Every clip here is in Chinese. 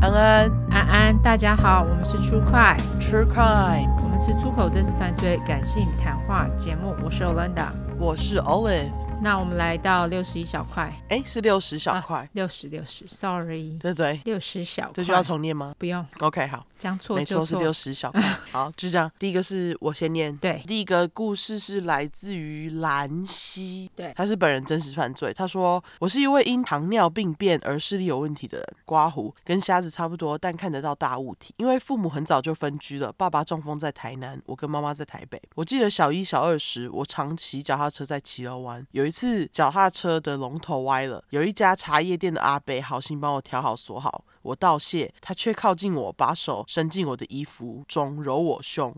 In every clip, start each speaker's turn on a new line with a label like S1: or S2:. S1: 安
S2: 安安，大家好，我们是出快，
S1: ，True Crime，
S2: 我们是出口真实犯罪感性谈话节目，我是 Olanda。
S1: 我是 Olive，
S2: 那我们来到六十一小块，啊
S1: 哎，是六十小块，
S2: 六十六十，sorry，
S1: 对不对？
S2: 六十小块，
S1: 这就要重念吗
S2: 不用
S1: ？OK，好，
S2: 将错
S1: 没
S2: 就
S1: 错是六
S2: 错，
S1: 十小块。好，就这样。第一个是我先念，
S2: 对
S1: 第一个故事是来自于兰溪，
S2: 对
S1: 他是本人真实犯罪。他说：“我是一位因糖尿病变而视力有问题的人，刮胡跟瞎子差不多，但看得到大物体。因为父母很早就分居了，爸爸中风在台南，我跟妈妈在台北。我记得小一、小二时，我常骑脚踏车在骑楼玩。有一次脚踏车的龙头歪了，有一家茶叶店的阿伯好心帮我调好锁好。”我道谢，他却靠近我，把手伸进我的衣服中揉我胸，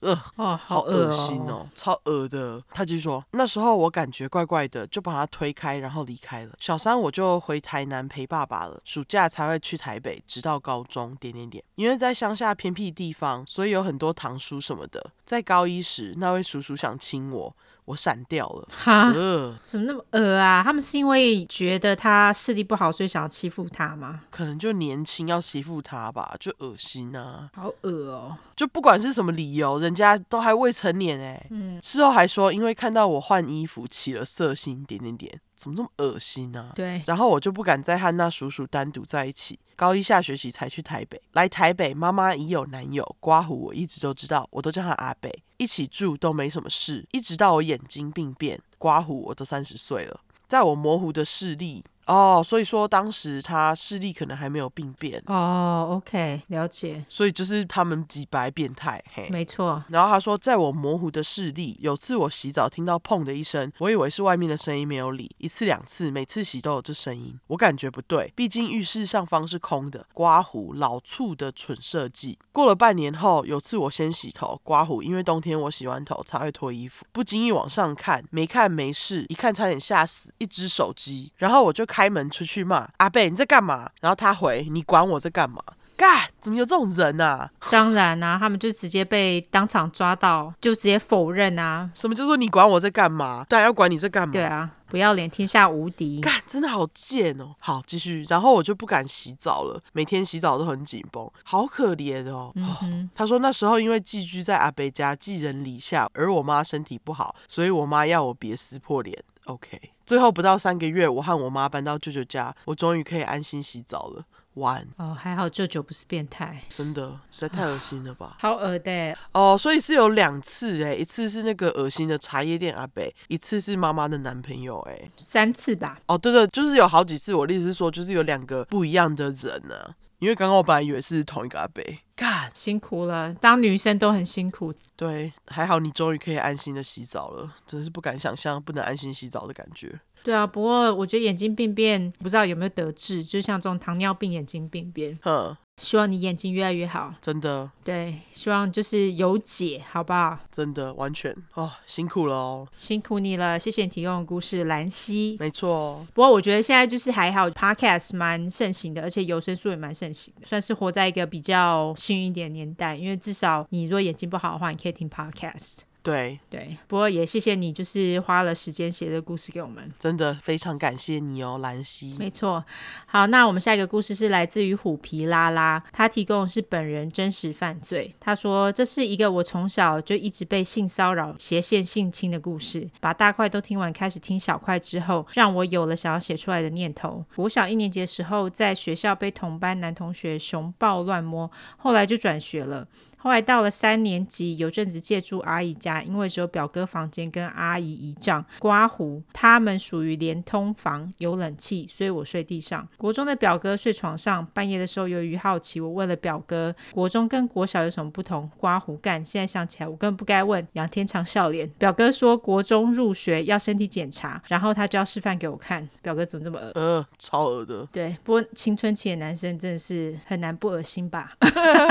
S1: 呃，
S2: 哦，
S1: 好
S2: 恶
S1: 恶心，哦，超恶的。他就说那时候我感觉怪怪的，就把他推开，然后离开了。小三我就回台南陪爸爸了，暑假才会去台北，直到高中点点点。因为在乡下偏僻地方，所以有很多堂叔什么的。在高一时，那位叔叔想亲我，我闪掉了。
S2: 哈。
S1: 呃，
S2: 怎么那么恶啊？他们是因为觉得他视力不好，所以想要欺负他吗？
S1: 可能就年轻要欺负他吧，就恶心啊！
S2: 好恶哦、
S1: 就不管是什么理由，人家都还未成年哎、嗯，事后还说因为看到我换衣服起了色心，点点点，怎么那么恶心呢、
S2: 对，
S1: 然后我就不敢再和那叔叔单独在一起。高一下学期才去台北，来台北，妈妈已有男友，刮胡我一直都知道，我都叫他阿北，一起住都没什么事。一直到我眼睛病变，刮胡我都三十岁了，在我模糊的视力哦，所以说当时他视力可能还没有病变，
S2: 哦，OK，了解，
S1: 所以就是他们几白变态嘿。
S2: 没错，
S1: 然后他说，在我模糊的视力，有次我洗澡听到“砰”的一声，我以为是外面的声音，没有理。一次两次，每次洗都有这声音，我感觉不对，毕竟浴室上方是空的。刮胡老醋的蠢设计。过了半年后，有次我先洗头，刮胡，因为冬天我洗完头才会脱衣服，不经意往上看，没看没事，一看差点吓死，一只手机。然后我就开门出去骂阿贝你在干嘛？然后他回你管我在干嘛？干，怎么有这种人啊？
S2: 当然啊，他们就直接被当场抓到，就直接否认啊，
S1: 什么叫做你管我在干嘛？当然要管你在干嘛。
S2: 对啊，不要脸，天下无敌，
S1: 干，真的好贱哦！好，继续。然后我就不敢洗澡了，每天洗澡都很紧绷，好可怜哦。
S2: 嗯
S1: 哦他说那时候因为寄居在阿北家，寄人篱下，而我妈身体不好，所以我妈要我别撕破脸。OK，最后不到三个月，我和我妈搬到舅舅家，我终于可以安心洗澡了。完，
S2: 哦，还好舅舅不是变态，
S1: 真的实在太恶心了吧！
S2: 好恶的欸，
S1: 哦，所以是有两次哎，一次是那个恶心的茶叶店阿北，一次是妈妈的男朋友哎。
S2: 三次吧，
S1: 哦，对对，就是有好几次，我的意思是说，就是有两个不一样的人呢、因为刚刚我本来以为是同一个阿北，干，
S2: 辛苦了，当女生都很辛苦，
S1: 对，还好你终于可以安心的洗澡了，真是不敢想象不能安心洗澡的感觉。
S2: 对啊，不过我觉得眼睛病变不知道有没有得治，就像这种糖尿病眼睛病变，
S1: 哼，
S2: 希望你眼睛越来越好，
S1: 真的
S2: 对，希望就是有解，好不好？
S1: 真的完全哦，辛苦了哦，
S2: 辛苦你了，谢谢你提供的故事，兰溪。
S1: 没错哦，
S2: 不过我觉得现在就是还好，podcast 蛮盛行的，而且有声书也蛮盛行的，算是活在一个比较幸运一点的年代。因为至少你如果眼睛不好的话，你可以听 podcast。
S1: 对，
S2: 对，不过也谢谢你，就是花了时间写这个故事给我们。
S1: 真的非常感谢你哦，兰溪。
S2: 没错，好，那我们下一个故事是来自于虎皮拉拉，他提供的是本人真实犯罪。他说这是一个我从小就一直被性骚扰、斜线性侵的故事。把大块都听完，开始听小块之后，让我有了想要写出来的念头。我小一年级的时候，在学校被同班男同学熊抱乱摸，后来就转学了。后来到了三年级，有阵子借住阿姨家，因为只有表哥房间跟阿姨姨丈刮胡，他们属于连通房，有冷气，所以我睡地上。国中的表哥睡床上，半夜的时候由于好奇，我问了表哥，国中跟国小有什么不同？刮胡干，现在想起来我根本不该问。仰天长笑脸，表哥说国中入学要身体检查，然后他就要示范给我看。表哥怎么这么恶？
S1: 呃，超恶的，
S2: 对，不过青春期的男生真的是很难不恶心吧？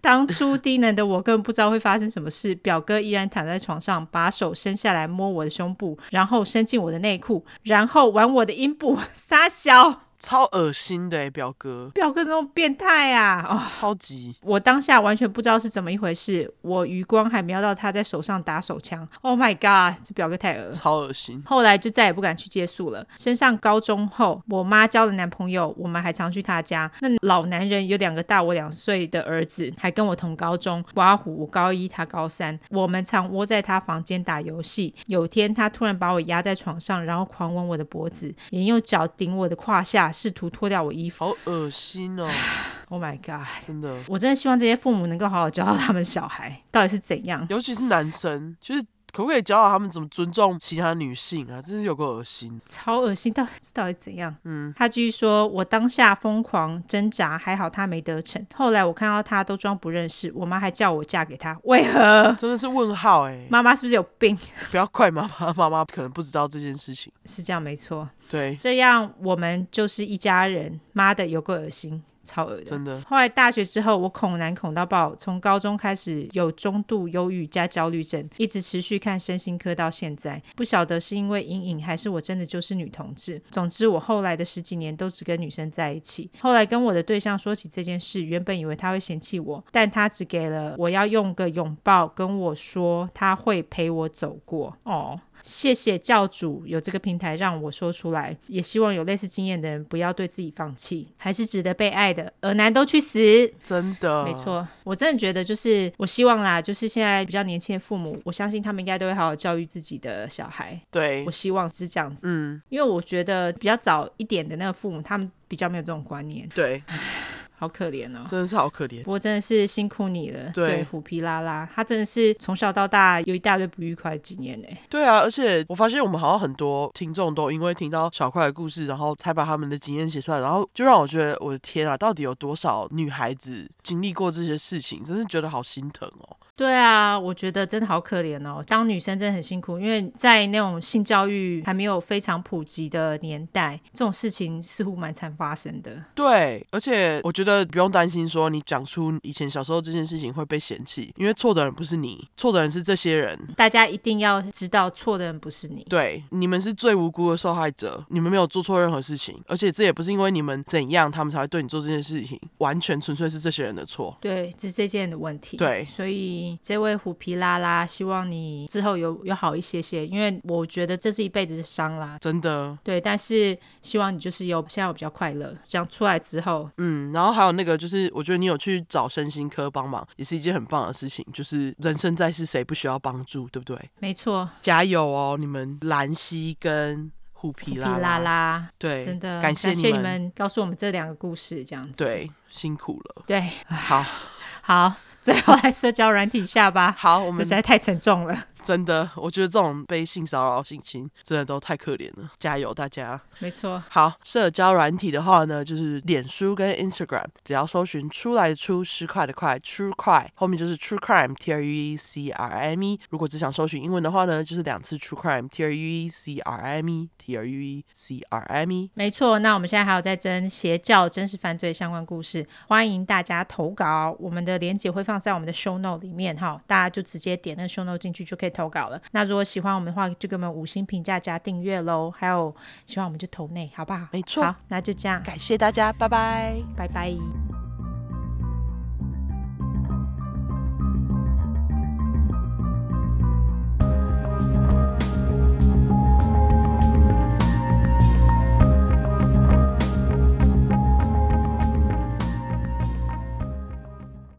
S2: 当初低能的我根本不知道会发生什么事，表哥依然躺在床上，把手伸下 来摸我的胸部，然后伸进我的内裤，然后玩我的阴部，撒小。
S1: 超恶心的哎、表哥，
S2: 表哥怎么变态啊！哦，
S1: 超级
S2: 我当下完全不知道是怎么一回事，我余光还瞄到他在手上打手枪。Oh my god！这表哥太恶。
S1: 超恶心，
S2: 后来就再也不敢去借宿了。升上高中后，我妈交了男朋友，我们还常去她家。那老男人有两个大我两岁的儿子，还跟我同高中，刮胡，我高一，他高三。我们常窝在他房间打游戏。有天他突然把我压在床上，然后狂吻我的脖子，也用脚顶我的胯下，试图脱掉我衣服。
S1: 好恶心哦，
S2: Oh my god！
S1: 真的，
S2: 我真的希望这些父母能够好好教导他们小孩到底是怎样。
S1: 尤其是男生，就是可不可以教导他们怎么尊重其他女性啊？真是有够恶心，
S2: 超恶心，到这到底怎样？
S1: 嗯，
S2: 他继续说，我当下疯狂挣扎，还好他没得逞。后来我看到他都装不认识，我妈还叫我嫁给他，为何？
S1: 真的是问号哎、
S2: 妈妈是不是有病？
S1: 不要怪妈妈，妈妈可能不知道这件事情，
S2: 是这样没错，
S1: 对，
S2: 这样我们就是一家人。妈的，有够恶心，超恶的。
S1: 真的
S2: 后来大学之后，我恐男恐到爆，从高中开始有中度忧郁加焦虑症，一直持续看身心科到现在。不晓得是因为阴影，还是我真的就是女同志。总之，我后来的十几年都只跟女生在一起。后来跟我的对象说起这件事，原本以为他会嫌弃我，但他只给了我要用个拥抱跟我说他会陪我走过。哦。谢谢教主有这个平台让我说出来，也希望有类似经验的人不要对自己放弃，还是值得被爱的。尔男都去死！
S1: 真的，
S2: 没，错，我真的觉得就是我希望啦，就是现在比较年轻的父母，我相信他们应该都会好好教育自己的小孩。
S1: 对
S2: 我，希望是这样子，
S1: 嗯，
S2: 因为我觉得比较早一点的那个父母，他们比较没有这种观念，
S1: 对，
S2: 好可怜哦。
S1: 真的是好可怜，
S2: 不过真的是辛苦你了，
S1: 对
S2: 虎皮拉拉，他真的是从小到大有一大堆不愉快的经验欸呢。
S1: 对啊，而且我发现我们好像很多听众都因为听到小块的故事，然后才把他们的经验写出来，然后就让我觉得我的天啊，到底有多少女孩子经历过这些事情，真是觉得好心疼哦。
S2: 对啊，我觉得真的好可怜哦。当女生真的很辛苦，因为在那种性教育还没有非常普及的年代，这种事情似乎蛮常发生的。
S1: 对，而且我觉得不用担心说你讲出以前小时候这件事情会被嫌弃，因为错的人不是你，错的人是这些人。
S2: 大家一定要知道，错的人不是你。
S1: 对，你们是最无辜的受害者，你们没有做错任何事情，而且这也不是因为你们怎样，他们才会对你做这件事情，完全纯粹是这些人的错。
S2: 对，这是这件的问题。
S1: 对
S2: 所以这位虎皮拉拉，希望你之后有有好一些些，因为我觉得这是一辈子的伤啦。
S1: 真的，
S2: 对，但是希望你就是有现在有比较快乐，讲出来之后，
S1: 嗯，然后还有那个，就是我觉得你有去找身心科帮忙，也是一件很棒的事情。就是人生在世，谁不需要帮助，对不对？
S2: 没错，
S1: 加油哦，你们兰溪跟虎皮
S2: 皮
S1: 拉
S2: 拉拉，
S1: 对，
S2: 真的
S1: 感
S2: 谢
S1: 你
S2: 你们告诉我们这两个故事，这样子。
S1: 对，辛苦了。
S2: 对，
S1: 好
S2: 好，最后来社交软体下吧，
S1: 好，我
S2: 这
S1: 们
S2: 实在太沉重了。
S1: 真的，我觉得这种被性骚扰、性侵，真的都太可怜了。加油，大家！
S2: 没错，
S1: 好，社交软体的话呢，就是脸书跟 Instagram，只要搜寻“出来的出十块的块 True Crime”，后面就是 True Crime，T R U E C R I M E。如果只想搜寻英文的话呢，就是两次 True Crime，T R U E C R I M E，T R U E C R I M E。
S2: 没错。那我们现在还有在征邪教、真实犯罪相关故事，欢迎大家投稿。我们的链接会放在我们的 show note 里面哈，大家就直接点那个 show note 进去就可以投稿了。那如果喜欢我们的话，就给我们五星评价加订阅喽。还有喜欢我们就投内，好不好？
S1: 没错
S2: 好，那就这样，
S1: 感谢大家，拜拜。
S2: 拜拜。